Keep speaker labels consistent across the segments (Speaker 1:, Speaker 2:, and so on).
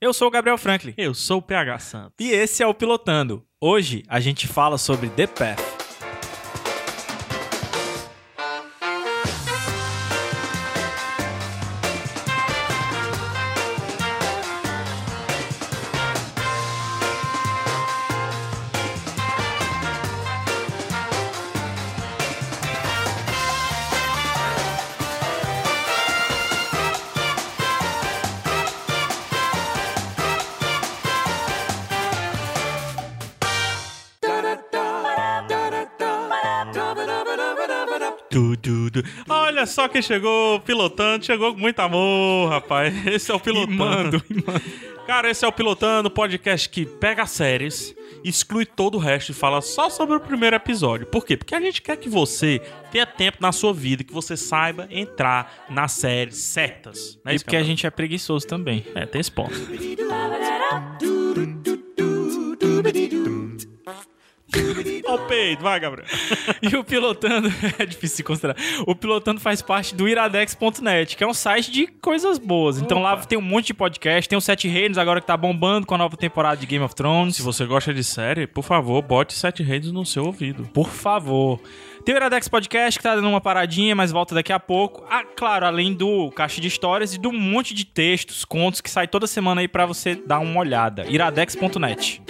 Speaker 1: Eu sou o Gabriel Franklin.
Speaker 2: Eu sou o PH Santos.
Speaker 1: E esse é o Pilotando. Hoje a gente fala sobre The Path.
Speaker 2: Du, du, du. Olha só quem chegou pilotando. Chegou com muito amor, rapaz. Esse é o pilotando.
Speaker 1: mando,
Speaker 2: Cara, esse é o Pilotando, podcast que pega séries, exclui todo o resto e fala só sobre o primeiro episódio. Por quê? Porque a gente quer que você tenha tempo na sua vida, que você saiba entrar nas séries certas. Não é
Speaker 1: e
Speaker 2: isso,
Speaker 1: porque a
Speaker 2: Gabriel?
Speaker 1: gente é preguiçoso também.
Speaker 2: É, tem esse ponto. Ó o peido, vai, Gabriel.
Speaker 1: E o Pilotando, é difícil de considerar. O Pilotando faz parte do iradex.net, que é um site de coisas boas. Então lá tem um monte de podcast, tem o Sete Reinos agora que tá bombando com a nova temporada de Game of Thrones.
Speaker 2: Se você gosta de série, por favor, bote Sete Redes no seu ouvido.
Speaker 1: Por favor. Tem o Iradex Podcast que tá dando uma paradinha, mas volta daqui a pouco. Ah, claro, além do caixa de histórias e do monte de textos, contos que sai toda semana aí pra você dar uma olhada. iradex.net.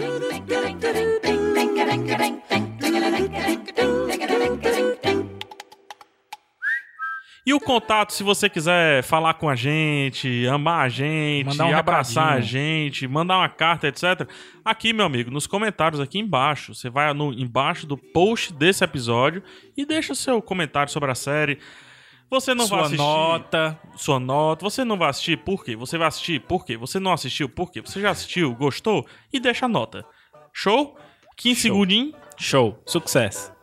Speaker 2: E o contato, se você quiser falar com a gente, amar a gente,
Speaker 1: Mandar um
Speaker 2: abraçar a
Speaker 1: recadinho.
Speaker 2: gente, mandar uma carta, etc. Aqui, meu amigo, nos comentários aqui embaixo. Você vai no, embaixo do post desse episódio e deixa seu comentário sobre a série. Você não
Speaker 1: Sua
Speaker 2: vai assistir.
Speaker 1: nota.
Speaker 2: Sua nota. Você não vai assistir por quê? Você vai assistir por quê? Você não assistiu por quê? Você já assistiu? Gostou? E deixa a nota. Show? 15
Speaker 1: Show.
Speaker 2: segundinhos.
Speaker 1: Show. Sucesso.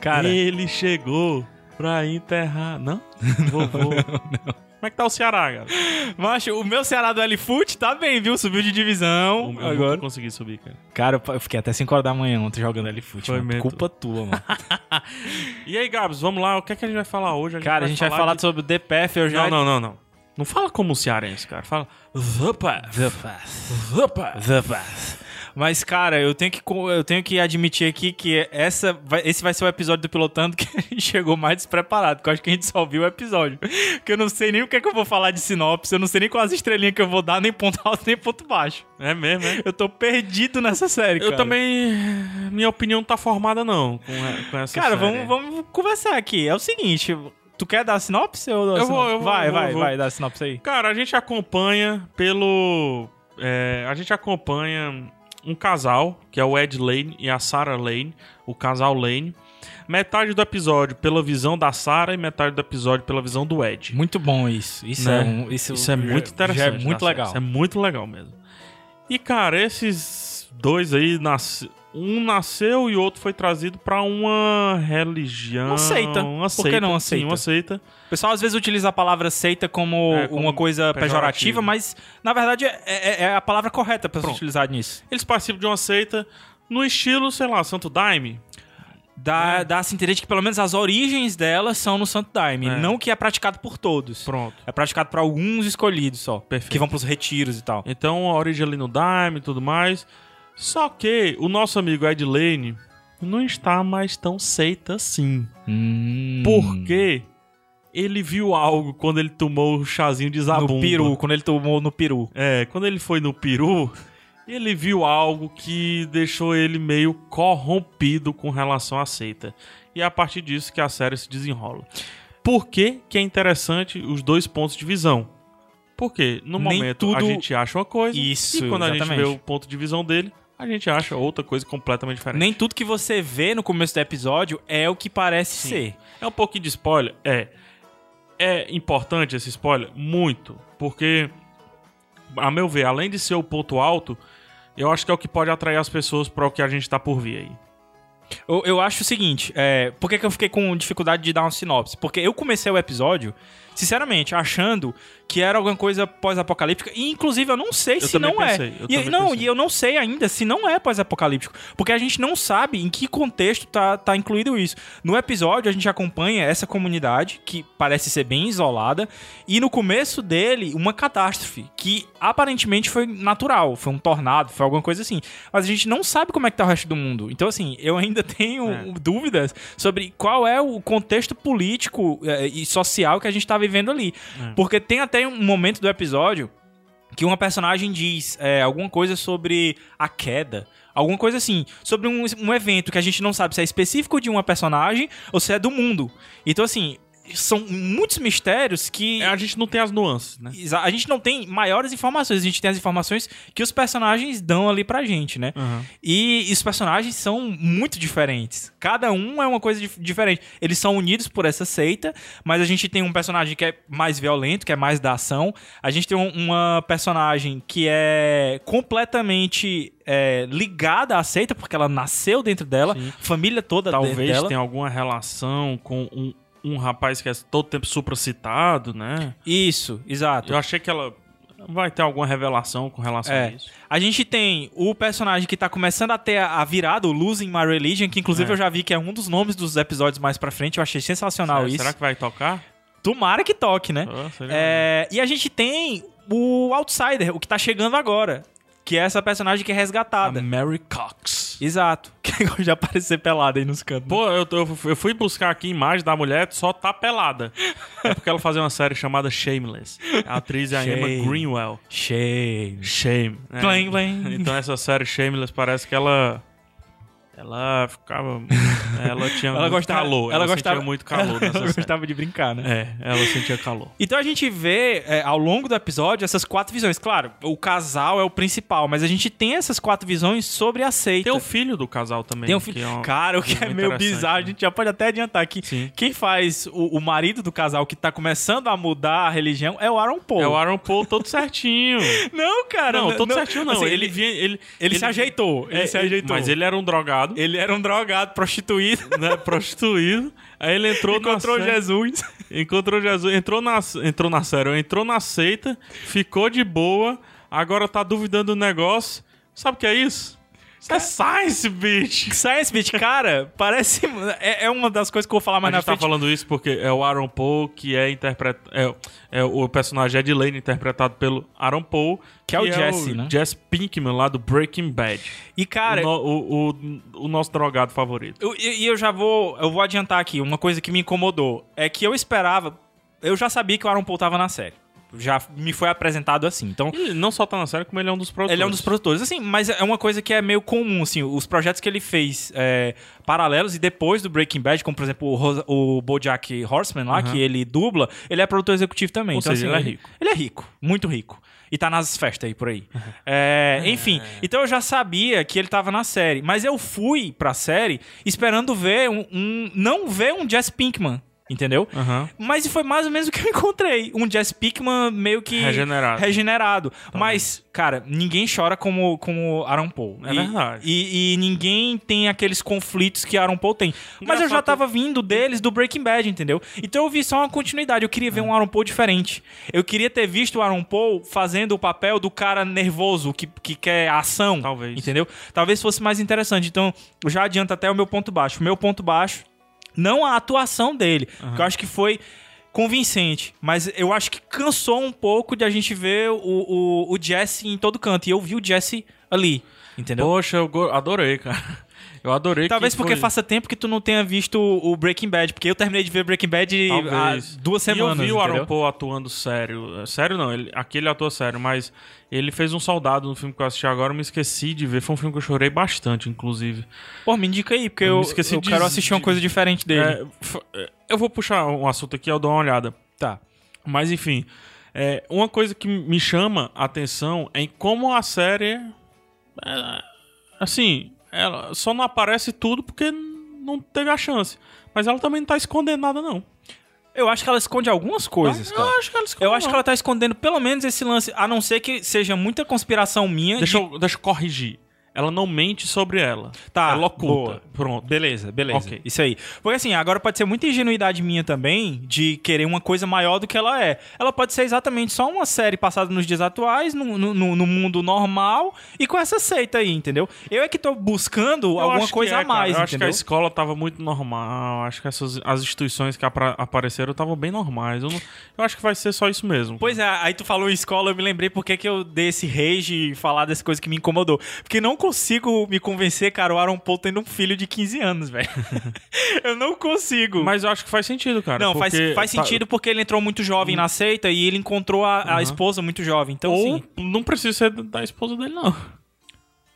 Speaker 1: Cara,
Speaker 2: Ele chegou pra enterrar. Não? Vovô. Como é que tá o Ceará, cara?
Speaker 1: macho, o meu Ceará do L-Foot tá bem, viu? Subiu de
Speaker 2: Eu
Speaker 1: divisão.
Speaker 2: nunca
Speaker 1: Agora.
Speaker 2: consegui subir, cara.
Speaker 1: Cara, eu fiquei até 5 horas da manhã ontem jogando L-Foot.
Speaker 2: Foi
Speaker 1: mano.
Speaker 2: mesmo.
Speaker 1: Culpa tua, mano.
Speaker 2: E aí, Gabs, vamos lá. O que é que a gente vai falar hoje?
Speaker 1: Cara, a gente vai falar sobre o DPF. Eu já.
Speaker 2: Não, não, não, não. Não fala como um cearense, cara. Fala. Zupa.
Speaker 1: The Path.
Speaker 2: Zupa.
Speaker 1: The Path. Mas, cara, eu tenho que, co- eu tenho que admitir aqui que essa vai- esse vai ser o episódio do Pilotando que a gente chegou mais despreparado, porque eu acho que a gente só viu o episódio. Que eu não sei nem o que é que eu vou falar de sinopse, eu não sei nem quais estrelinhas que eu vou dar, nem ponto alto, nem ponto baixo.
Speaker 2: É mesmo, é?
Speaker 1: Eu tô perdido nessa série,
Speaker 2: Eu
Speaker 1: cara.
Speaker 2: também. Minha opinião não tá formada, não, com, com essa
Speaker 1: Cara, vamos,
Speaker 2: série.
Speaker 1: vamos conversar aqui. É o seguinte, tu quer dar a sinopse ou
Speaker 2: Eu vou, eu vou,
Speaker 1: Vai,
Speaker 2: eu vou,
Speaker 1: vai,
Speaker 2: eu vou.
Speaker 1: vai, dá a sinopse aí.
Speaker 2: Cara, a gente acompanha pelo. é, a gente acompanha um casal, que é o Ed Lane e a Sarah Lane, o casal Lane. Metade do episódio pela visão da Sarah e metade do episódio pela visão do Ed.
Speaker 1: Muito bom isso. Isso
Speaker 2: Né?
Speaker 1: é um- isso,
Speaker 2: Isso é
Speaker 1: já-
Speaker 2: muito
Speaker 1: já
Speaker 2: interessante.
Speaker 1: é
Speaker 2: tá
Speaker 1: muito
Speaker 2: certo?
Speaker 1: legal.
Speaker 2: Isso é muito legal mesmo. E, cara, esses dois aí, nas- um nasceu e o outro foi trazido pra uma religião.
Speaker 1: Uma seita.
Speaker 2: Uma
Speaker 1: Por que
Speaker 2: seita,
Speaker 1: não uma
Speaker 2: Sim, uma seita.
Speaker 1: O pessoal às vezes utiliza a palavra seita como,
Speaker 2: É, como
Speaker 1: uma coisa
Speaker 2: pejorativa.
Speaker 1: pejorativa, mas na verdade é, é- é a palavra correta pra se
Speaker 2: Pronto.
Speaker 1: utilizar nisso.
Speaker 2: Eles participam de uma seita no estilo, sei lá, Santo Daime. É.
Speaker 1: Dá, dá-se entender de que pelo menos as origens dela são no Santo Daime,
Speaker 2: É.
Speaker 1: não que é praticado por todos.
Speaker 2: Pronto.
Speaker 1: É praticado por alguns escolhidos só,
Speaker 2: Perfeito.
Speaker 1: que vão pros retiros e tal.
Speaker 2: Então, a origem ali no Dime e tudo mais. Só que o nosso amigo Ed Lane não está mais tão seita assim. Porque ele viu algo quando ele tomou o chazinho de zabumba.
Speaker 1: No peru, quando ele tomou no peru.
Speaker 2: É, quando ele foi no peru, ele viu algo que deixou ele meio corrompido com relação à seita. E é a partir disso que a série se desenrola. Por que, que é interessante os dois pontos de visão? Porque no
Speaker 1: Nem
Speaker 2: momento a
Speaker 1: tudo-
Speaker 2: gente acha uma coisa
Speaker 1: Isso,
Speaker 2: e quando a gente
Speaker 1: exatamente.
Speaker 2: vê o ponto de visão dele, a gente acha outra coisa completamente diferente.
Speaker 1: Nem tudo que você vê no começo do episódio é o que parece
Speaker 2: Sim.
Speaker 1: ser.
Speaker 2: É um pouquinho de spoiler, é. É importante esse spoiler? Muito. Porque, a meu ver, além de ser o ponto alto, eu acho que é o que pode atrair as pessoas para o que a gente tá por vir aí.
Speaker 1: Eu, eu acho o seguinte, é, por que, que eu fiquei com dificuldade de dar uma sinopse? Porque eu comecei o episódio sinceramente, achando que era alguma coisa pós-apocalíptica. E, inclusive, eu não sei
Speaker 2: Eu
Speaker 1: se
Speaker 2: também
Speaker 1: não
Speaker 2: pensei,
Speaker 1: é.
Speaker 2: eu
Speaker 1: e,
Speaker 2: também
Speaker 1: não,
Speaker 2: pensei.
Speaker 1: e eu não sei ainda se não é pós-apocalíptico. Porque a gente não sabe em que contexto tá, tá incluído isso. No episódio, a gente acompanha essa comunidade, que parece ser bem isolada, e no começo dele, uma catástrofe, que aparentemente foi natural. Foi um tornado, foi alguma coisa assim. Mas a gente não sabe como é que tá o resto do mundo. Então, assim, eu ainda tenho
Speaker 2: É.
Speaker 1: dúvidas sobre qual é o contexto político eh, e social que a gente tá vivendo ali.
Speaker 2: É.
Speaker 1: Porque tem até um momento do episódio que uma personagem diz é, alguma coisa sobre a queda. Alguma coisa assim, sobre um, um evento que a gente não sabe se é específico de uma personagem ou se é do mundo. Então, assim, são muitos mistérios que.
Speaker 2: É, A gente não tem as nuances, né?
Speaker 1: Exa- A gente não tem maiores informações, a gente tem as informações que os personagens dão ali pra gente, né?
Speaker 2: Aham.
Speaker 1: E os personagens são muito diferentes. Cada um é uma coisa dif- diferente. Eles são unidos por essa seita, mas a gente tem um personagem que é mais violento, que é mais da ação. A gente tem um- uma personagem que é completamente é, ligada à seita, porque ela nasceu dentro dela,
Speaker 2: Sim.
Speaker 1: família toda dentro
Speaker 2: Talvez
Speaker 1: dela.
Speaker 2: tenha alguma relação com um, um rapaz que é todo tempo supracitado, né?
Speaker 1: Isso, exato.
Speaker 2: Eu achei que ela vai ter alguma revelação com relação
Speaker 1: É.
Speaker 2: a isso.
Speaker 1: A gente tem o personagem que tá começando a ter a a virada, o Losing My Religion, que inclusive
Speaker 2: É.
Speaker 1: eu já vi que é um dos nomes dos episódios mais pra frente. Eu achei sensacional
Speaker 2: É, Será-
Speaker 1: isso.
Speaker 2: Será que vai tocar?
Speaker 1: Tomara que toque, né?
Speaker 2: Ah, seria-
Speaker 1: É, e a gente tem o Outsider, o que tá chegando agora. Que é essa personagem que é resgatada.
Speaker 2: A Mary Cox.
Speaker 1: Exato. Que gosta de aparecer pelada aí nos cantos.
Speaker 2: Pô, eu, tô- eu fui buscar aqui a imagem da mulher, só tá pelada. É porque ela fazia uma série chamada Shameless. A atriz é a Emma
Speaker 1: Shame.
Speaker 2: Greenwell.
Speaker 1: Cheio.
Speaker 2: Shame. né?
Speaker 1: Bling, bling.
Speaker 2: Então essa série Shameless parece que ela. Ela ficava. Ela tinha
Speaker 1: Ela
Speaker 2: muito
Speaker 1: gostava,
Speaker 2: calor.
Speaker 1: ela
Speaker 2: sentia
Speaker 1: gostava
Speaker 2: muito calor
Speaker 1: Ela,
Speaker 2: nessa série.
Speaker 1: gostava de brincar, né?
Speaker 2: É, ela sentia calor.
Speaker 1: Então a gente vê é, ao longo do episódio essas quatro visões. Claro, o casal é o principal, mas a gente tem essas quatro visões sobre a seita.
Speaker 2: Tem o filho do casal também.
Speaker 1: Tem um
Speaker 2: que
Speaker 1: filho.
Speaker 2: é uma-
Speaker 1: Cara, o que é
Speaker 2: muito
Speaker 1: meio
Speaker 2: interessante,
Speaker 1: bizarro, a
Speaker 2: né?
Speaker 1: gente já pode até adiantar aqui.
Speaker 2: Sim.
Speaker 1: Quem faz o, o marido do casal que tá começando a mudar a religião é o Aaron Paul.
Speaker 2: É o Aaron Paul todo certinho.
Speaker 1: Não, cara.
Speaker 2: não, todo certinho não.
Speaker 1: assim,
Speaker 2: ele, vinha. Ele,
Speaker 1: ele se ajeitou. Ele
Speaker 2: é,
Speaker 1: se ajeitou.
Speaker 2: Mas ele era um drogado.
Speaker 1: Ele era um drogado, prostituído.
Speaker 2: né, prostituído. Aí ele entrou
Speaker 1: Encontrou
Speaker 2: na seita-
Speaker 1: Jesus.
Speaker 2: Encontrou Jesus. Entrou na, entrou na série, entrou na seita, ficou de boa, agora tá duvidando do negócio. Sabe o que é isso? Isso é science, bitch!
Speaker 1: Science Beat, cara, parece. É, é uma das coisas que eu vou falar mais
Speaker 2: a
Speaker 1: na
Speaker 2: gente tá
Speaker 1: frente.
Speaker 2: falando isso porque é o Aaron Paul que é interpretado. É, é o personagem Ed Lane, interpretado pelo Aaron Paul.
Speaker 1: Que é o Jesse, né?
Speaker 2: Jesse Pinkman, lá do Breaking Bad.
Speaker 1: E, cara.
Speaker 2: o, no- o, o- o nosso drogado favorito.
Speaker 1: Eu- E e eu, já vou, eu vou adiantar aqui, uma coisa que me incomodou é que eu esperava, eu já sabia que o Aaron Paul tava na série. Já me foi apresentado assim. Então,
Speaker 2: Ele não só tá na série, como ele é um dos produtores.
Speaker 1: ele é um dos produtores, assim, mas é uma coisa que é meio comum, assim, os projetos que ele fez é, paralelos e depois do Breaking Bad, como por exemplo o, Ros- o BoJack Horseman lá, que ele dubla, ele é produtor executivo também.
Speaker 2: Ou
Speaker 1: então,
Speaker 2: seja,
Speaker 1: assim,
Speaker 2: ele é rico.
Speaker 1: Ele é rico, muito rico. E tá nas festas aí por aí. É, enfim, então eu já sabia que ele tava na série, mas eu fui pra série esperando ver um. um- não ver um Jess Pinkman, entendeu?
Speaker 2: Aham.
Speaker 1: Mas foi mais ou menos o que eu encontrei. Um Jess Pinkman meio que.
Speaker 2: Regenerado.
Speaker 1: regenerado. Mas, cara, ninguém chora como, como Aaron Paul.
Speaker 2: É
Speaker 1: e,
Speaker 2: verdade.
Speaker 1: E, e ninguém tem aqueles conflitos que Aaron Paul tem. Mas eu já
Speaker 2: Engraçado-
Speaker 1: tava vindo deles do Breaking Bad, entendeu? Então eu vi só uma continuidade. Eu queria
Speaker 2: É.
Speaker 1: ver um Aaron Paul diferente. Eu queria ter visto o Aaron Paul fazendo o papel do cara nervoso que, que quer ação.
Speaker 2: Talvez.
Speaker 1: Entendeu? Talvez fosse mais interessante. Então, eu já adianto até o meu ponto baixo. O meu ponto baixo, não a atuação dele, que eu acho que foi convincente, mas eu acho que cansou um pouco de a gente ver o, o, o Jesse em todo canto. E eu vi o Jesse ali, entendeu?
Speaker 2: Poxa, eu go- adorei, cara. Eu adorei.
Speaker 1: Talvez
Speaker 2: que
Speaker 1: porque
Speaker 2: foi-
Speaker 1: faça tempo que tu não tenha visto o o Breaking Bad, porque eu terminei de ver Breaking Bad
Speaker 2: Talvez.
Speaker 1: há ah, duas semanas.
Speaker 2: E eu vi o
Speaker 1: entendeu?
Speaker 2: Aaron Paul atuando sério. é, Sério não, ele... aqui ele atua sério, mas ele fez um soldado no filme que eu assisti agora, eu me esqueci de ver. Foi um filme que eu chorei bastante, inclusive.
Speaker 1: Pô, me indica aí, porque
Speaker 2: Eu
Speaker 1: eu,
Speaker 2: me
Speaker 1: eu,
Speaker 2: esqueci de-
Speaker 1: quero assistir uma
Speaker 2: de-
Speaker 1: coisa diferente dele.
Speaker 2: É, f- é, Eu vou puxar um assunto aqui, eu dou uma olhada.
Speaker 1: Tá.
Speaker 2: Mas enfim, é, uma coisa que me chama a atenção é em como a série. é, assim, ela só não aparece tudo porque não teve a chance. Mas ela também não tá escondendo nada, não.
Speaker 1: Eu acho que ela esconde algumas coisas, cara.
Speaker 2: Eu acho que ela escondeu.
Speaker 1: Eu acho que ela tá escondendo pelo menos esse lance, a não ser que seja muita conspiração minha.
Speaker 2: Deixa
Speaker 1: de-
Speaker 2: eu, deixa eu corrigir. Ela não mente sobre ela.
Speaker 1: Tá,
Speaker 2: Ela oculta.
Speaker 1: boa.
Speaker 2: Pronto.
Speaker 1: Beleza, beleza.
Speaker 2: Ok.
Speaker 1: Isso aí. Porque assim, agora pode ser muita ingenuidade minha também de querer uma coisa maior do que ela é. Ela pode ser exatamente só uma série passada nos dias atuais, no, no- no- no mundo normal e com essa seita aí, entendeu? Eu é que tô buscando
Speaker 2: Eu acho
Speaker 1: alguma
Speaker 2: que
Speaker 1: coisa
Speaker 2: é,
Speaker 1: a mais,
Speaker 2: cara. Eu acho que
Speaker 1: entendeu?
Speaker 2: a escola tava muito normal. Acho que essas, as instituições que apra- apareceram estavam bem normais. Eu, não- eu acho que vai ser só isso mesmo.
Speaker 1: Pois é, aí tu falou em escola, eu me lembrei porque que eu dei esse rage e falar dessa coisa que me incomodou. Porque não consigo me convencer, cara, o Aaron Paul tendo um filho de 15 anos, velho. eu não consigo.
Speaker 2: Mas eu acho que faz sentido, cara.
Speaker 1: Não, faz,
Speaker 2: porque
Speaker 1: faz
Speaker 2: tá-
Speaker 1: sentido porque ele entrou muito jovem na seita e ele encontrou a, a
Speaker 2: Uhum.
Speaker 1: esposa muito jovem. Então,
Speaker 2: Ou
Speaker 1: assim.
Speaker 2: não precisa ser da esposa dele, não.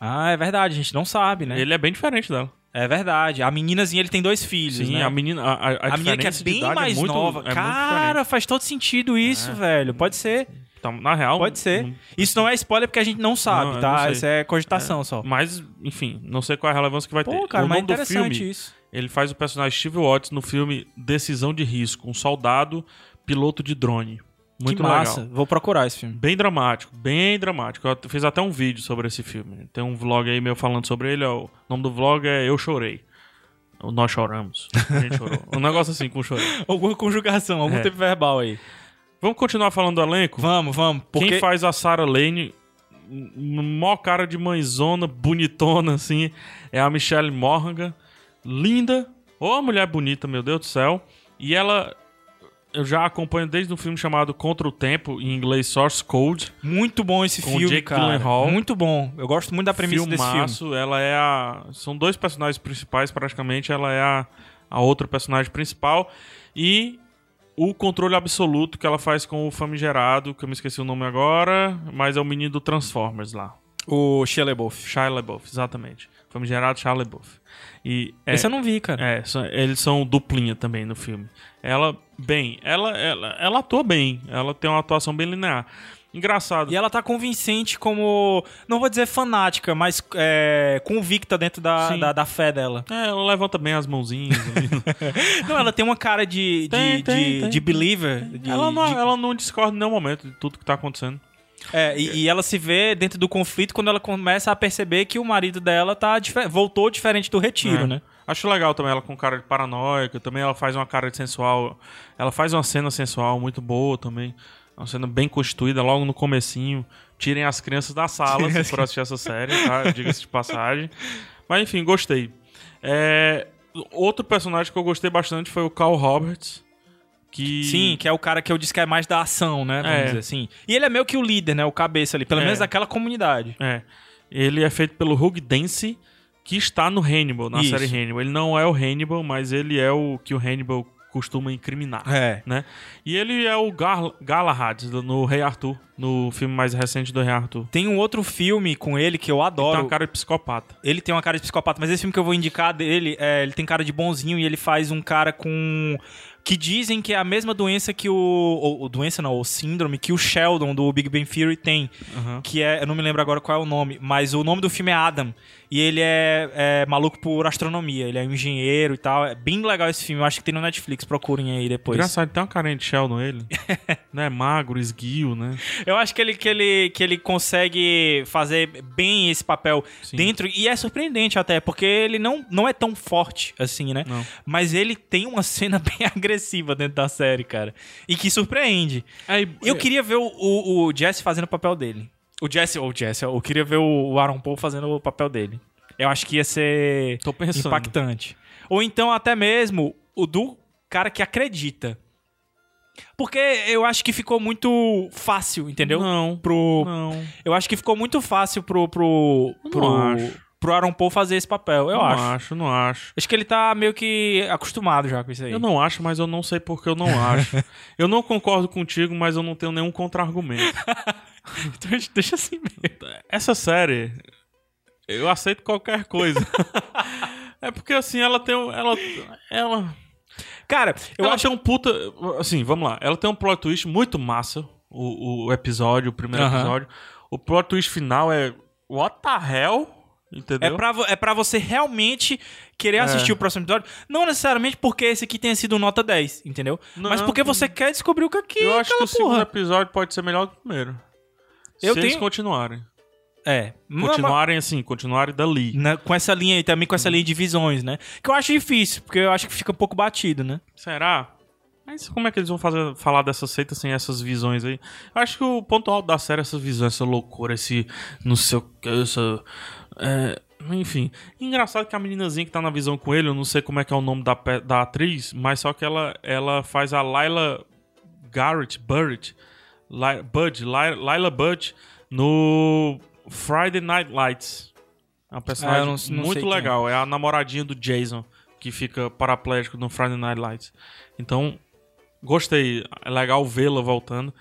Speaker 1: Ah, é verdade, a gente não sabe, né?
Speaker 2: Ele é bem diferente dela.
Speaker 1: É verdade. A meninazinha, ele tem dois filhos,
Speaker 2: Sim,
Speaker 1: né?
Speaker 2: a menina. A, a, a
Speaker 1: A menina que é
Speaker 2: diferença de
Speaker 1: bem
Speaker 2: idade é
Speaker 1: mais
Speaker 2: muito-
Speaker 1: nova.
Speaker 2: é muito
Speaker 1: Cara, faz todo sentido isso, velho. Pode ser,
Speaker 2: diferente. Tá, na real.
Speaker 1: pode ser.
Speaker 2: não-
Speaker 1: Isso não é spoiler porque a gente não sabe,
Speaker 2: Não, eu não
Speaker 1: tá?
Speaker 2: sei.
Speaker 1: Isso é cogitação só.
Speaker 2: Mas, enfim, não sei qual é a relevância que vai ter.
Speaker 1: Pô, cara,
Speaker 2: o
Speaker 1: mas
Speaker 2: nome do
Speaker 1: interessante
Speaker 2: filme,
Speaker 1: isso.
Speaker 2: ele faz o personagem Steve Watts no filme Decisão de Risco, um soldado piloto de drone. Muito
Speaker 1: que massa.
Speaker 2: legal.
Speaker 1: Vou procurar esse filme.
Speaker 2: Bem dramático, bem dramático. Eu at- fiz até um vídeo sobre esse filme. Tem um vlog aí meu falando sobre ele. ó. O nome do vlog é Eu Chorei. Ou Nós choramos. A gente chorou. Um negócio assim com chorei.
Speaker 1: Alguma conjugação, algum
Speaker 2: É.
Speaker 1: tempo verbal aí.
Speaker 2: Vamos continuar falando do elenco?
Speaker 1: Vamos, vamos. Porque...
Speaker 2: Quem faz a Sarah Lane, m- m- mó cara de mãezona, bonitona, assim, é a Michelle Morgan. Linda. Ô, mulher bonita, meu Deus do céu. E ela... Eu já acompanho desde um filme chamado Contra o Tempo, em inglês Source Code.
Speaker 1: Muito bom esse
Speaker 2: Com
Speaker 1: filme,
Speaker 2: Jake
Speaker 1: cara.
Speaker 2: Gyllenhaal.
Speaker 1: Muito bom. Eu gosto muito da premissa desse filme.
Speaker 2: Filmaço, ela é a... São dois personagens principais, praticamente. Ela é a, a outra personagem principal. E o controle absoluto que ela faz com o famigerado, que eu me esqueci o nome agora, mas é o menino do Transformers lá.
Speaker 1: O Shia LaBeouf.
Speaker 2: Shia LaBeouf, exatamente. Famigerado Shia LaBeouf. E é,
Speaker 1: Esse eu não vi, cara.
Speaker 2: é, são- eles são duplinha também no filme. Ela, bem, ela, ela, ela atua bem. Ela tem uma atuação bem linear. Engraçado.
Speaker 1: E ela tá convincente como... Não vou dizer fanática, mas é, convicta dentro da,
Speaker 2: Sim.
Speaker 1: da, da fé dela.
Speaker 2: É, ela levanta bem as mãozinhas. né? ali.
Speaker 1: Não, ela tem uma cara de, de,
Speaker 2: Tem,
Speaker 1: de,
Speaker 2: tem, tem.
Speaker 1: de believer. de-
Speaker 2: ela, não,
Speaker 1: de-
Speaker 2: ela não discorda em nenhum momento de tudo que tá acontecendo.
Speaker 1: é, e, e ela se vê dentro do conflito quando ela começa a perceber que o marido dela tá dife- voltou diferente do retiro,
Speaker 2: É.
Speaker 1: né?
Speaker 2: Acho legal também ela com cara de paranoica. Também ela faz uma cara de sensual. Ela faz uma cena sensual muito boa também. Uma cena bem constituída logo no comecinho. Tirem as crianças da sala se for assistir essa série, tá? Diga-se de passagem. Mas enfim, gostei. É, Outro personagem que eu gostei bastante foi o Carl Roberts. Que...
Speaker 1: Sim, que é o cara que eu disse que é mais da ação, né? Vamos
Speaker 2: É.
Speaker 1: dizer assim. E ele é meio que o líder, né? O cabeça ali, pelo
Speaker 2: É.
Speaker 1: menos daquela comunidade.
Speaker 2: É. Ele é feito pelo Hugh Dancy, que está no Hannibal, na
Speaker 1: Isso.
Speaker 2: série Hannibal. Ele não é o Hannibal, mas ele é o que o Hannibal costuma incriminar.
Speaker 1: É.
Speaker 2: Né? E ele é o Gar Galahad do- no Rei Arthur, no filme mais recente do Rei Arthur.
Speaker 1: Tem um outro filme com ele que eu
Speaker 2: Tem
Speaker 1: adoro.
Speaker 2: uma cara de psicopata.
Speaker 1: Ele tem uma cara de psicopata, mas esse filme que eu vou indicar dele, é, ele tem cara de bonzinho e ele faz um cara com. Que dizem que é a mesma doença que o. Ou, ou doença não, o síndrome que o Sheldon do Big Bang Theory tem. Que é. Eu não me lembro agora qual é o nome, mas o nome do filme é Adam. E ele é, é maluco por astronomia, ele é um engenheiro e tal. É bem legal esse filme, eu acho que tem no Netflix, procurem aí depois.
Speaker 2: Engraçado, tem uma carinha de Sheldon ele. né? Magro, esguio, né?
Speaker 1: Eu acho que ele, que, ele, que ele consegue fazer bem esse papel
Speaker 2: Sim.
Speaker 1: dentro. E é surpreendente até, porque ele não, não é tão forte assim, né?
Speaker 2: Não.
Speaker 1: Mas ele tem uma cena bem agressiva dentro da série, cara. E que surpreende.
Speaker 2: Aí,
Speaker 1: Eu queria ver o, o, o Jesse fazendo o papel dele. O Jesse, ou o Jesse, eu queria ver o, o Aaron Paul fazendo o papel dele. Eu acho que ia ser
Speaker 2: Tô pensando.
Speaker 1: impactante. Ou então até mesmo o do cara que acredita. Porque eu acho que ficou muito fácil, entendeu?
Speaker 2: Não.
Speaker 1: Pro,
Speaker 2: Não.
Speaker 1: eu acho que ficou muito fácil pro pro
Speaker 2: Não
Speaker 1: pro,
Speaker 2: acho.
Speaker 1: pro Aaron Paul fazer esse papel, eu
Speaker 2: não
Speaker 1: acho.
Speaker 2: acho, não acho.
Speaker 1: Acho que ele tá meio que acostumado já com isso aí.
Speaker 2: Eu não acho, mas eu não sei porque eu não acho. eu não concordo contigo, mas eu não tenho nenhum contra-argumento.
Speaker 1: Então a gente deixa assim mesmo.
Speaker 2: Essa série, eu aceito qualquer coisa. é porque assim, ela tem. um- Ela. Ela,
Speaker 1: Cara, eu
Speaker 2: eu ela
Speaker 1: acho
Speaker 2: tem um puta. Assim, vamos lá. Ela tem um plot twist muito massa. O, o episódio, o primeiro
Speaker 1: Aham.
Speaker 2: episódio. O plot twist final é. What the hell?
Speaker 1: é
Speaker 2: Entendeu?
Speaker 1: pra, vo- é pra você realmente querer assistir o próximo episódio. Não necessariamente porque esse aqui tenha sido nota 10, entendeu?
Speaker 2: Não,
Speaker 1: Mas porque você quer descobrir o que aqui.
Speaker 2: eu acho que o segundo
Speaker 1: porra.
Speaker 2: episódio pode ser melhor que o primeiro.
Speaker 1: Eu
Speaker 2: se eles
Speaker 1: tenho-
Speaker 2: continuarem.
Speaker 1: É. Mas-
Speaker 2: Continuarem assim, continuarem dali.
Speaker 1: na- com essa linha e também com essa linha de visões, né? Que eu acho difícil, porque eu acho que fica um pouco batido, né?
Speaker 2: Será? Mas como é que eles vão fazer, falar dessa seita sem essas visões aí? Acho que o ponto alto da série é essas visões, essa loucura, esse. Não sei o que. Essa, é, enfim. Engraçado que a meninazinha que tá na visão com ele, eu não sei como é que é o nome da, pe- da atriz, mas só que ela, ela faz a Laila Garrett, Burrett, Li- Bud, Li- Laila Bud, no Friday Night Lights. É uma personagem
Speaker 1: Ah, eu não- não sei
Speaker 2: muito
Speaker 1: quem é.
Speaker 2: legal. É. a namoradinha do Jason, que fica paraplégico no Friday Night Lights. Então, gostei. É legal vê-la voltando.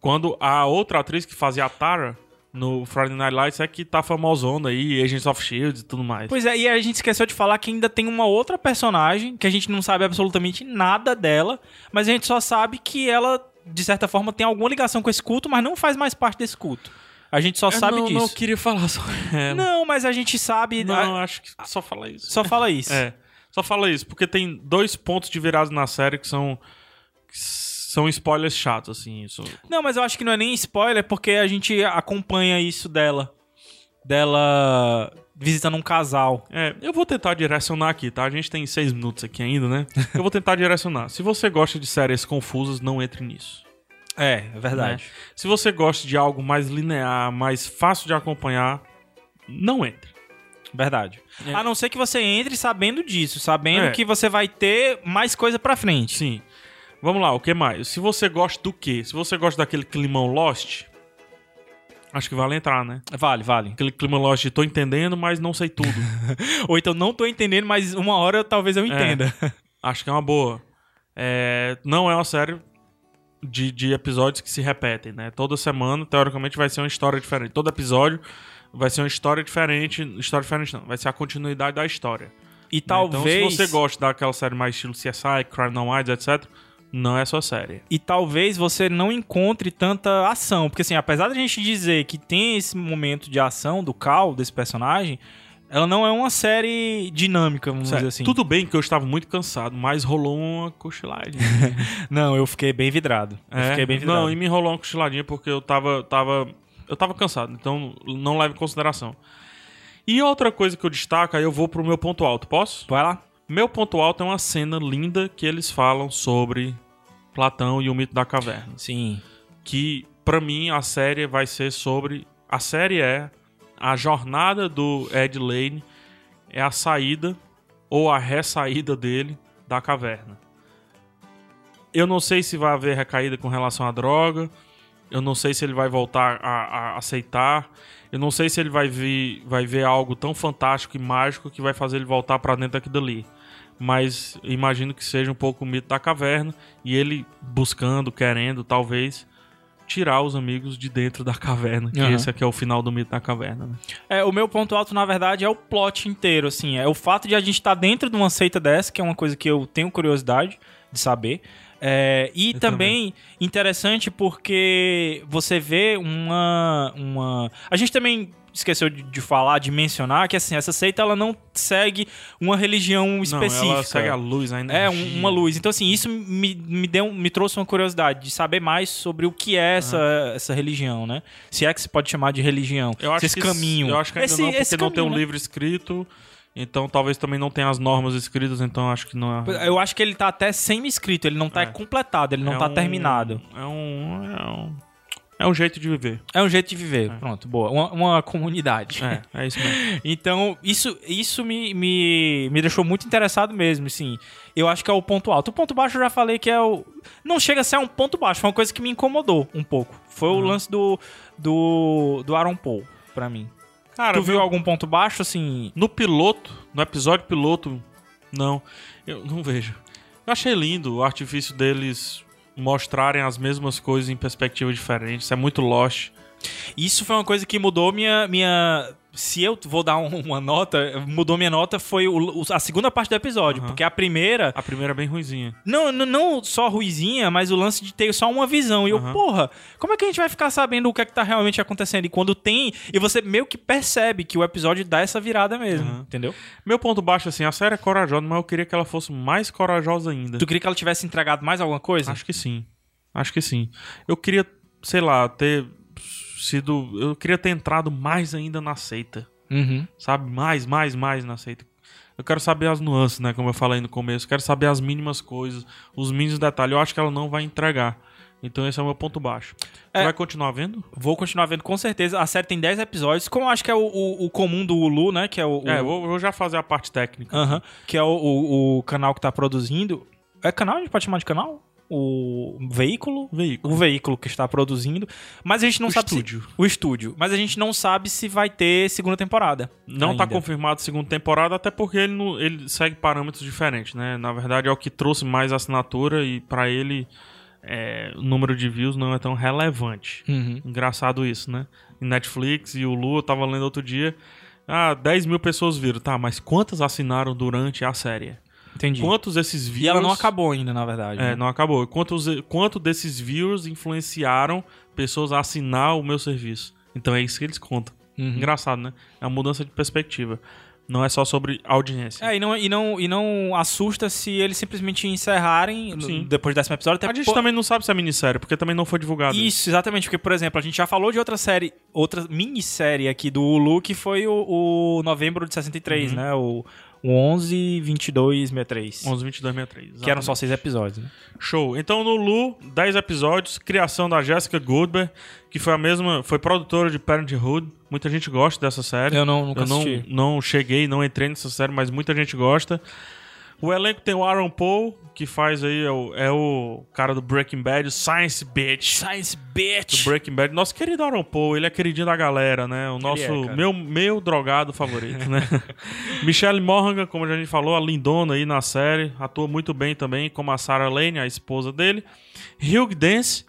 Speaker 2: Quando a outra atriz que fazia a Tara no Friday Night Lights é que tá famosona aí, Agents of Shield e tudo mais.
Speaker 1: Pois é, e a gente esqueceu de falar que ainda tem uma outra personagem que a gente não sabe absolutamente nada dela, mas a gente só sabe que ela, de certa forma, tem alguma ligação com esse culto, mas não faz mais parte desse culto. A gente só
Speaker 2: Eu
Speaker 1: sabe
Speaker 2: não, Não
Speaker 1: disso.
Speaker 2: queria falar sobre
Speaker 1: Não,
Speaker 2: ela.
Speaker 1: mas a gente sabe.
Speaker 2: É, Não,
Speaker 1: a-
Speaker 2: acho que só fala isso.
Speaker 1: Só fala isso.
Speaker 2: É. Só fala isso, porque tem dois pontos de virada na série que são. que são spoilers chatos, assim. Isso.
Speaker 1: Não, mas eu acho que não é nem spoiler, porque a gente acompanha isso dela. Dela visitando um casal.
Speaker 2: É, eu vou tentar direcionar aqui, tá? A gente tem seis minutos aqui ainda, né? Eu vou tentar direcionar. Se você gosta de séries confusas, não entre nisso.
Speaker 1: É, é verdade.
Speaker 2: Se você gosta de algo mais linear, mais fácil de acompanhar, não entre.
Speaker 1: Verdade.
Speaker 2: É.
Speaker 1: A não ser que você entre sabendo disso, sabendo
Speaker 2: É.
Speaker 1: que você vai ter mais coisa pra frente.
Speaker 2: Sim. Vamos lá, o que mais? Se você gosta do quê? Se você gosta daquele climão Lost, acho que vale entrar, né?
Speaker 1: Vale, vale.
Speaker 2: Aquele clima Lost de tô entendendo, mas não sei tudo.
Speaker 1: Ou então não tô entendendo, mas uma hora talvez
Speaker 2: É.
Speaker 1: eu entenda.
Speaker 2: Acho que é uma boa. É, não é uma série de, de episódios que se repetem, né? Toda semana, teoricamente, vai ser uma história diferente. Todo episódio vai ser uma história diferente. História diferente não, vai ser a continuidade da história. né?
Speaker 1: E
Speaker 2: Então,
Speaker 1: talvez.
Speaker 2: se você gosta daquela série mais estilo CSI, Crime Não Minds, etc., não é a sua série.
Speaker 1: E talvez você não encontre tanta ação. Porque, assim, apesar da gente dizer que tem esse momento de ação do Cal, desse personagem, ela não é uma série dinâmica, vamos dizer
Speaker 2: Sério.
Speaker 1: assim.
Speaker 2: Tudo bem que eu estava muito cansado, mas rolou uma cochilagem.
Speaker 1: Não, eu fiquei bem vidrado. Eu
Speaker 2: É,
Speaker 1: fiquei bem vidrado.
Speaker 2: Não, e me enrolou uma cochiladinha porque eu tava, tava. Eu tava cansado, então não leve em consideração. E outra coisa que eu destaco, aí eu vou pro meu ponto alto, posso?
Speaker 1: Vai lá.
Speaker 2: Meu ponto alto é uma cena linda que eles falam sobre Platão e o mito da caverna.
Speaker 1: Sim.
Speaker 2: Que pra mim a série vai ser sobre. A série é a jornada do Ed Lane, é a saída ou a ressaída dele da caverna. Eu não sei se vai haver recaída com relação à droga. Eu não sei se ele vai voltar a, a aceitar. Eu não sei se ele vai ver, vai ver algo tão fantástico e mágico que vai fazer ele voltar pra dentro daqui dali. Mas eu imagino que seja um pouco o mito da caverna e ele buscando, querendo, talvez, tirar os amigos de dentro da caverna. Que
Speaker 1: Aham.
Speaker 2: esse aqui é o final do mito da caverna. Né?
Speaker 1: É, o meu ponto alto, na verdade, é o plot inteiro, assim. É o fato de a gente estar dentro de uma seita dessa, que é uma coisa que eu tenho curiosidade de saber. É, e também, interessante porque você vê uma, uma... A gente também esqueceu de, de falar, de mencionar, que assim, essa seita ela não segue uma religião específica.
Speaker 2: Não, ela segue a luz ainda.
Speaker 1: É, um- uma luz. Então, assim, isso me, me, deu, me trouxe uma curiosidade de saber mais sobre o que é essa, essa religião, né? Se é que se pode chamar de religião.
Speaker 2: Eu acho
Speaker 1: esse
Speaker 2: que
Speaker 1: caminho.
Speaker 2: Eu acho que ainda
Speaker 1: esse,
Speaker 2: não, porque
Speaker 1: esse
Speaker 2: não tem um
Speaker 1: caminho, né?
Speaker 2: livro escrito. Então talvez também não tenha as normas escritas, então acho que não é.
Speaker 1: Eu acho que ele tá até semi-escrito, ele não tá
Speaker 2: É.
Speaker 1: completado, ele não
Speaker 2: é
Speaker 1: tá
Speaker 2: um-
Speaker 1: terminado.
Speaker 2: É um, é um. É um jeito de viver.
Speaker 1: É um jeito de viver. Pronto, boa. Uma, uma comunidade.
Speaker 2: É, é isso mesmo.
Speaker 1: Então, isso, isso me, me, me deixou muito interessado mesmo, assim. Eu acho que é o ponto alto. O ponto baixo eu já falei que é o. Não chega a ser um ponto baixo, foi uma coisa que me incomodou um pouco. Foi o lance do, do, do Aaron Paul, pra mim.
Speaker 2: Cara,
Speaker 1: tu viu algum ponto baixo, assim?
Speaker 2: No piloto, no episódio piloto, não. Eu não vejo. Eu achei lindo o artifício deles mostrarem as mesmas coisas em perspectiva diferente. Isso é muito Lost.
Speaker 1: Isso foi uma coisa que mudou minha. minha... Se eu vou dar um- uma nota, mudou minha nota foi o- o- a segunda parte do episódio, porque a primeira
Speaker 2: A primeira é bem ruizinha.
Speaker 1: Não, não, não só ruizinha, mas o lance de ter só uma visão. E eu,
Speaker 2: Aham.
Speaker 1: porra, como é que a gente vai ficar sabendo o que é que tá realmente acontecendo? E quando tem, e você meio que percebe que o episódio dá essa virada mesmo,
Speaker 2: Aham.
Speaker 1: entendeu?
Speaker 2: Meu ponto baixo, assim, a série é corajosa, mas eu queria que ela fosse mais corajosa ainda.
Speaker 1: Tu queria que ela tivesse é. entregado mais alguma coisa?
Speaker 2: Acho que sim. Acho que sim. Eu queria, sei lá, ter sido. Eu queria ter entrado mais ainda na seita.
Speaker 1: Uhum.
Speaker 2: Sabe? Mais, mais, mais na seita. Eu quero saber as nuances, né? Como eu falei no começo. Eu quero saber as mínimas coisas, os mínimos detalhes. Eu acho que ela não vai entregar. Então esse é o meu ponto baixo.
Speaker 1: É.
Speaker 2: Tu vai continuar vendo?
Speaker 1: Vou continuar vendo com certeza. A série tem 10 episódios, como eu acho que é o, o- o comum do Hulu, né? Que é o. o-
Speaker 2: É, eu vou, eu vou já fazer a parte técnica.
Speaker 1: Aham. que é o, o- o canal que tá produzindo. É canal? A gente pode chamar de canal? O veículo?
Speaker 2: Veículo.
Speaker 1: O veículo que está produzindo. Mas a gente não
Speaker 2: O
Speaker 1: sabe. se-
Speaker 2: estúdio.
Speaker 1: O estúdio. Mas a gente não sabe se vai ter segunda temporada.
Speaker 2: Não
Speaker 1: ainda.
Speaker 2: tá confirmado a segunda temporada, até porque ele, não- ele segue parâmetros diferentes, né? Na verdade, é o que trouxe mais assinatura e pra ele é, o número de views não é tão relevante.
Speaker 1: Uhum.
Speaker 2: Engraçado isso, né? E Netflix e o Lu, eu tava lendo outro dia. Ah, 10 mil pessoas viram. Tá, mas quantas assinaram durante a série?
Speaker 1: Entendi.
Speaker 2: Quantos desses views.
Speaker 1: E ela não acabou ainda, na verdade.
Speaker 2: É,
Speaker 1: né?
Speaker 2: não acabou. Quantos, quanto desses views influenciaram pessoas a assinar o meu serviço? Então é isso que eles contam.
Speaker 1: Uhum.
Speaker 2: Engraçado, né? É uma mudança de perspectiva. Não é só sobre audiência.
Speaker 1: É, e não, e, não, e não assusta se eles simplesmente encerrarem
Speaker 2: Sim.
Speaker 1: no- depois do décimo episódio. Até
Speaker 2: a gente
Speaker 1: tá po-
Speaker 2: também não sabe se é minissérie, porque também não foi divulgado. né?
Speaker 1: Isso, exatamente, porque, por exemplo, a gente já falou de outra série, outra minissérie aqui do Hulu, que foi o, o novembro de 63, né? O, o 11, 22, 63.
Speaker 2: 11, 22, 63.
Speaker 1: Que eram só seis episódios, né?
Speaker 2: Show. Então, no Lu, 10 episódios, criação da Jessica Goodber, que foi a mesma, foi produtora de Parenthood. Muita gente gosta dessa série.
Speaker 1: Eu não- nunca
Speaker 2: Eu não,
Speaker 1: assisti.
Speaker 2: não cheguei, não entrei nessa série, mas muita gente gosta. O elenco tem o Aaron Paul, que faz aí, é o, é o cara do Breaking Bad, o Science Bitch.
Speaker 1: Science
Speaker 2: Do
Speaker 1: Bitch!
Speaker 2: Breaking Bad. Nosso querido Aaron Paul, ele é queridinho da galera, né? O nosso,
Speaker 1: é, cara.
Speaker 2: meu, meu drogado favorito, né? Michelle Morgan, como a gente falou, a lindona aí na série, atua muito bem também, como a Sarah Lane, a esposa dele. Hugh Dance,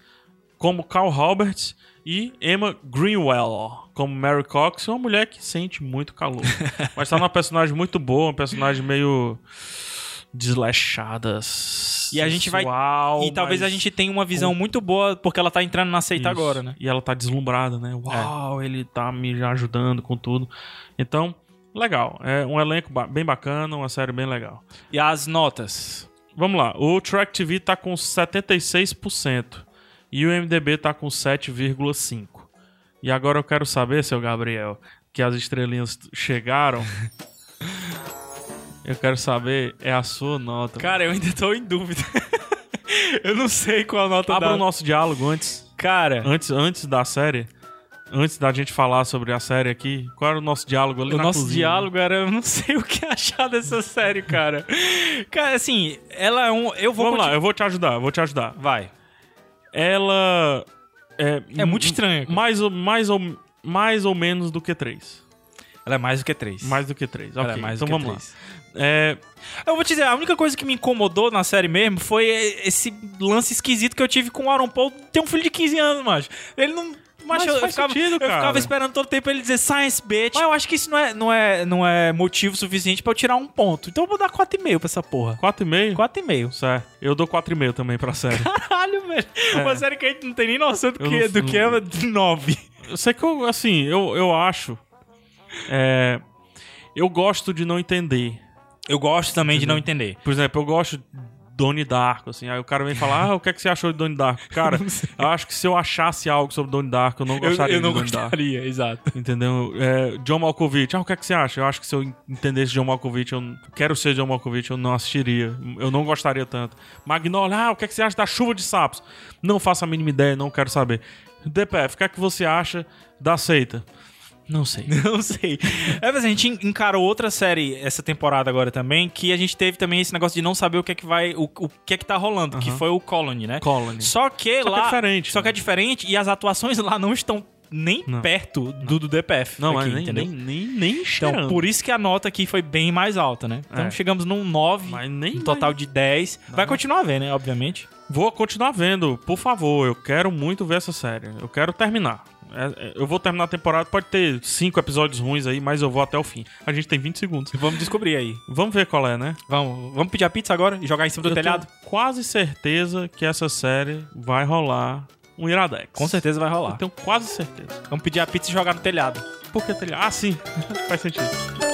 Speaker 2: como Carl Roberts. E Emma Greenwell, como Mary Cox, uma mulher que sente muito calor. Mas tá numa personagem muito boa, uma personagem meio desleixada.
Speaker 1: E a gente vai-
Speaker 2: sensual,
Speaker 1: E talvez
Speaker 2: mas-
Speaker 1: a gente tenha uma visão muito boa, porque ela tá entrando na seita
Speaker 2: isso.
Speaker 1: agora, né?
Speaker 2: E ela tá deslumbrada, né? Uau, ele tá me ajudando com tudo. Então, legal. É um elenco ba- bem bacana, uma série bem legal.
Speaker 1: E as notas.
Speaker 2: Vamos lá. O Track TV tá com 76% e o MDB tá com 7,5%. E agora eu quero saber, seu Gabriel, que as estrelinhas t- chegaram. eu quero saber, é a sua nota.
Speaker 1: Cara, eu ainda tô em dúvida. eu não sei qual a nota
Speaker 2: Abra
Speaker 1: da...
Speaker 2: o nosso diálogo antes.
Speaker 1: Cara,
Speaker 2: É. antes, antes da série, antes da gente falar sobre a série aqui, qual era o nosso diálogo ali
Speaker 1: O
Speaker 2: na
Speaker 1: nosso
Speaker 2: cozinha?
Speaker 1: diálogo era eu não sei o que achar dessa série, cara. cara, assim, ela é um. Eu vou.
Speaker 2: Vamos lá,
Speaker 1: conti-
Speaker 2: eu vou te ajudar, eu vou te ajudar.
Speaker 1: Vai.
Speaker 2: Ela é,
Speaker 1: É muito estranho. cara.
Speaker 2: mais ou mais ou mais ou menos do que três.
Speaker 1: Ela é mais do que três.
Speaker 2: Mais do que três.
Speaker 1: Ela
Speaker 2: OK.
Speaker 1: é mais
Speaker 2: então
Speaker 1: do que
Speaker 2: vamos
Speaker 1: três.
Speaker 2: lá. É,
Speaker 1: Eu vou te dizer, a única coisa que me incomodou na série mesmo foi esse lance esquisito que eu tive com o Aaron Paul ter um filho de 15 anos, macho. Ele não.
Speaker 2: Mas
Speaker 1: Macho, eu, eu
Speaker 2: faz
Speaker 1: ficava,
Speaker 2: sentido,
Speaker 1: eu
Speaker 2: cara.
Speaker 1: ficava esperando todo tempo ele dizer science bitch. Mas eu acho que isso não é, não é, não é motivo suficiente pra eu tirar um ponto. Então eu vou dar 4,5 pra essa porra.
Speaker 2: quatro e meio.
Speaker 1: 4,5.
Speaker 2: Certo. Eu dou quatro e meio também pra série.
Speaker 1: Caralho, velho. Uma série que a gente É. não tem nem noção do
Speaker 2: Eu
Speaker 1: que,
Speaker 2: não-
Speaker 1: do que é de 9.
Speaker 2: Eu sei que eu, assim, eu, eu acho. É, eu gosto de não entender.
Speaker 1: Eu gosto também de não entender.
Speaker 2: Por exemplo, eu gosto de Donnie Darko, assim. Aí o cara vem falar, ah, o que, é que você achou de Donnie Darko? Cara, eu acho que se eu achasse algo sobre Donnie Darko, eu não
Speaker 1: Eu,
Speaker 2: gostaria
Speaker 1: eu não
Speaker 2: de Donnie Darko.
Speaker 1: gostaria, exato.
Speaker 2: Entendeu? É, John Malkovich, ah, o que, é que você acha? Eu acho que se eu entendesse John Malkovich, eu n- quero ser John Malkovich, eu não assistiria. Eu não gostaria tanto. Magnolia, ah, o que, é que você acha da chuva de sapos? Não faço a mínima ideia, não quero saber. DPF, o que é que você acha da seita? Não sei.
Speaker 1: Não sei. É, mas a gente encarou outra série essa temporada agora também, que a gente teve também esse negócio de não saber o que é que vai, o, o que é que tá rolando, que foi o Colony, né?
Speaker 2: Colony.
Speaker 1: Só que
Speaker 2: Só que
Speaker 1: lá.
Speaker 2: é diferente,
Speaker 1: Só
Speaker 2: né?
Speaker 1: que é diferente e as atuações lá não estão nem
Speaker 2: Não.
Speaker 1: perto do do DPF.
Speaker 2: Não,
Speaker 1: aqui,
Speaker 2: é, nem,
Speaker 1: entendeu?
Speaker 2: nem, nem, nem
Speaker 1: então,
Speaker 2: cheirando.
Speaker 1: por isso que a nota aqui foi bem mais alta, né? Então
Speaker 2: É.
Speaker 1: chegamos num 9,
Speaker 2: Mas nem
Speaker 1: um total de 10. Vai continuar vendo, né? Obviamente.
Speaker 2: Vou continuar vendo, por favor. Eu quero muito ver essa série. Eu quero terminar. É, é, Eu vou terminar a temporada, pode ter cinco episódios ruins aí, mas eu vou até o fim. A gente tem 20 segundos.
Speaker 1: Vamos descobrir aí.
Speaker 2: Vamos ver qual é, né?
Speaker 1: Vamos, vamos pedir a pizza agora e jogar em cima do
Speaker 2: eu
Speaker 1: telhado?
Speaker 2: tenho quase certeza que essa série vai rolar um Iradex.
Speaker 1: Com certeza vai rolar.
Speaker 2: Eu tenho quase certeza.
Speaker 1: Vamos pedir a pizza e jogar no telhado.
Speaker 2: Por que telhado? Ah, sim. Faz sentido.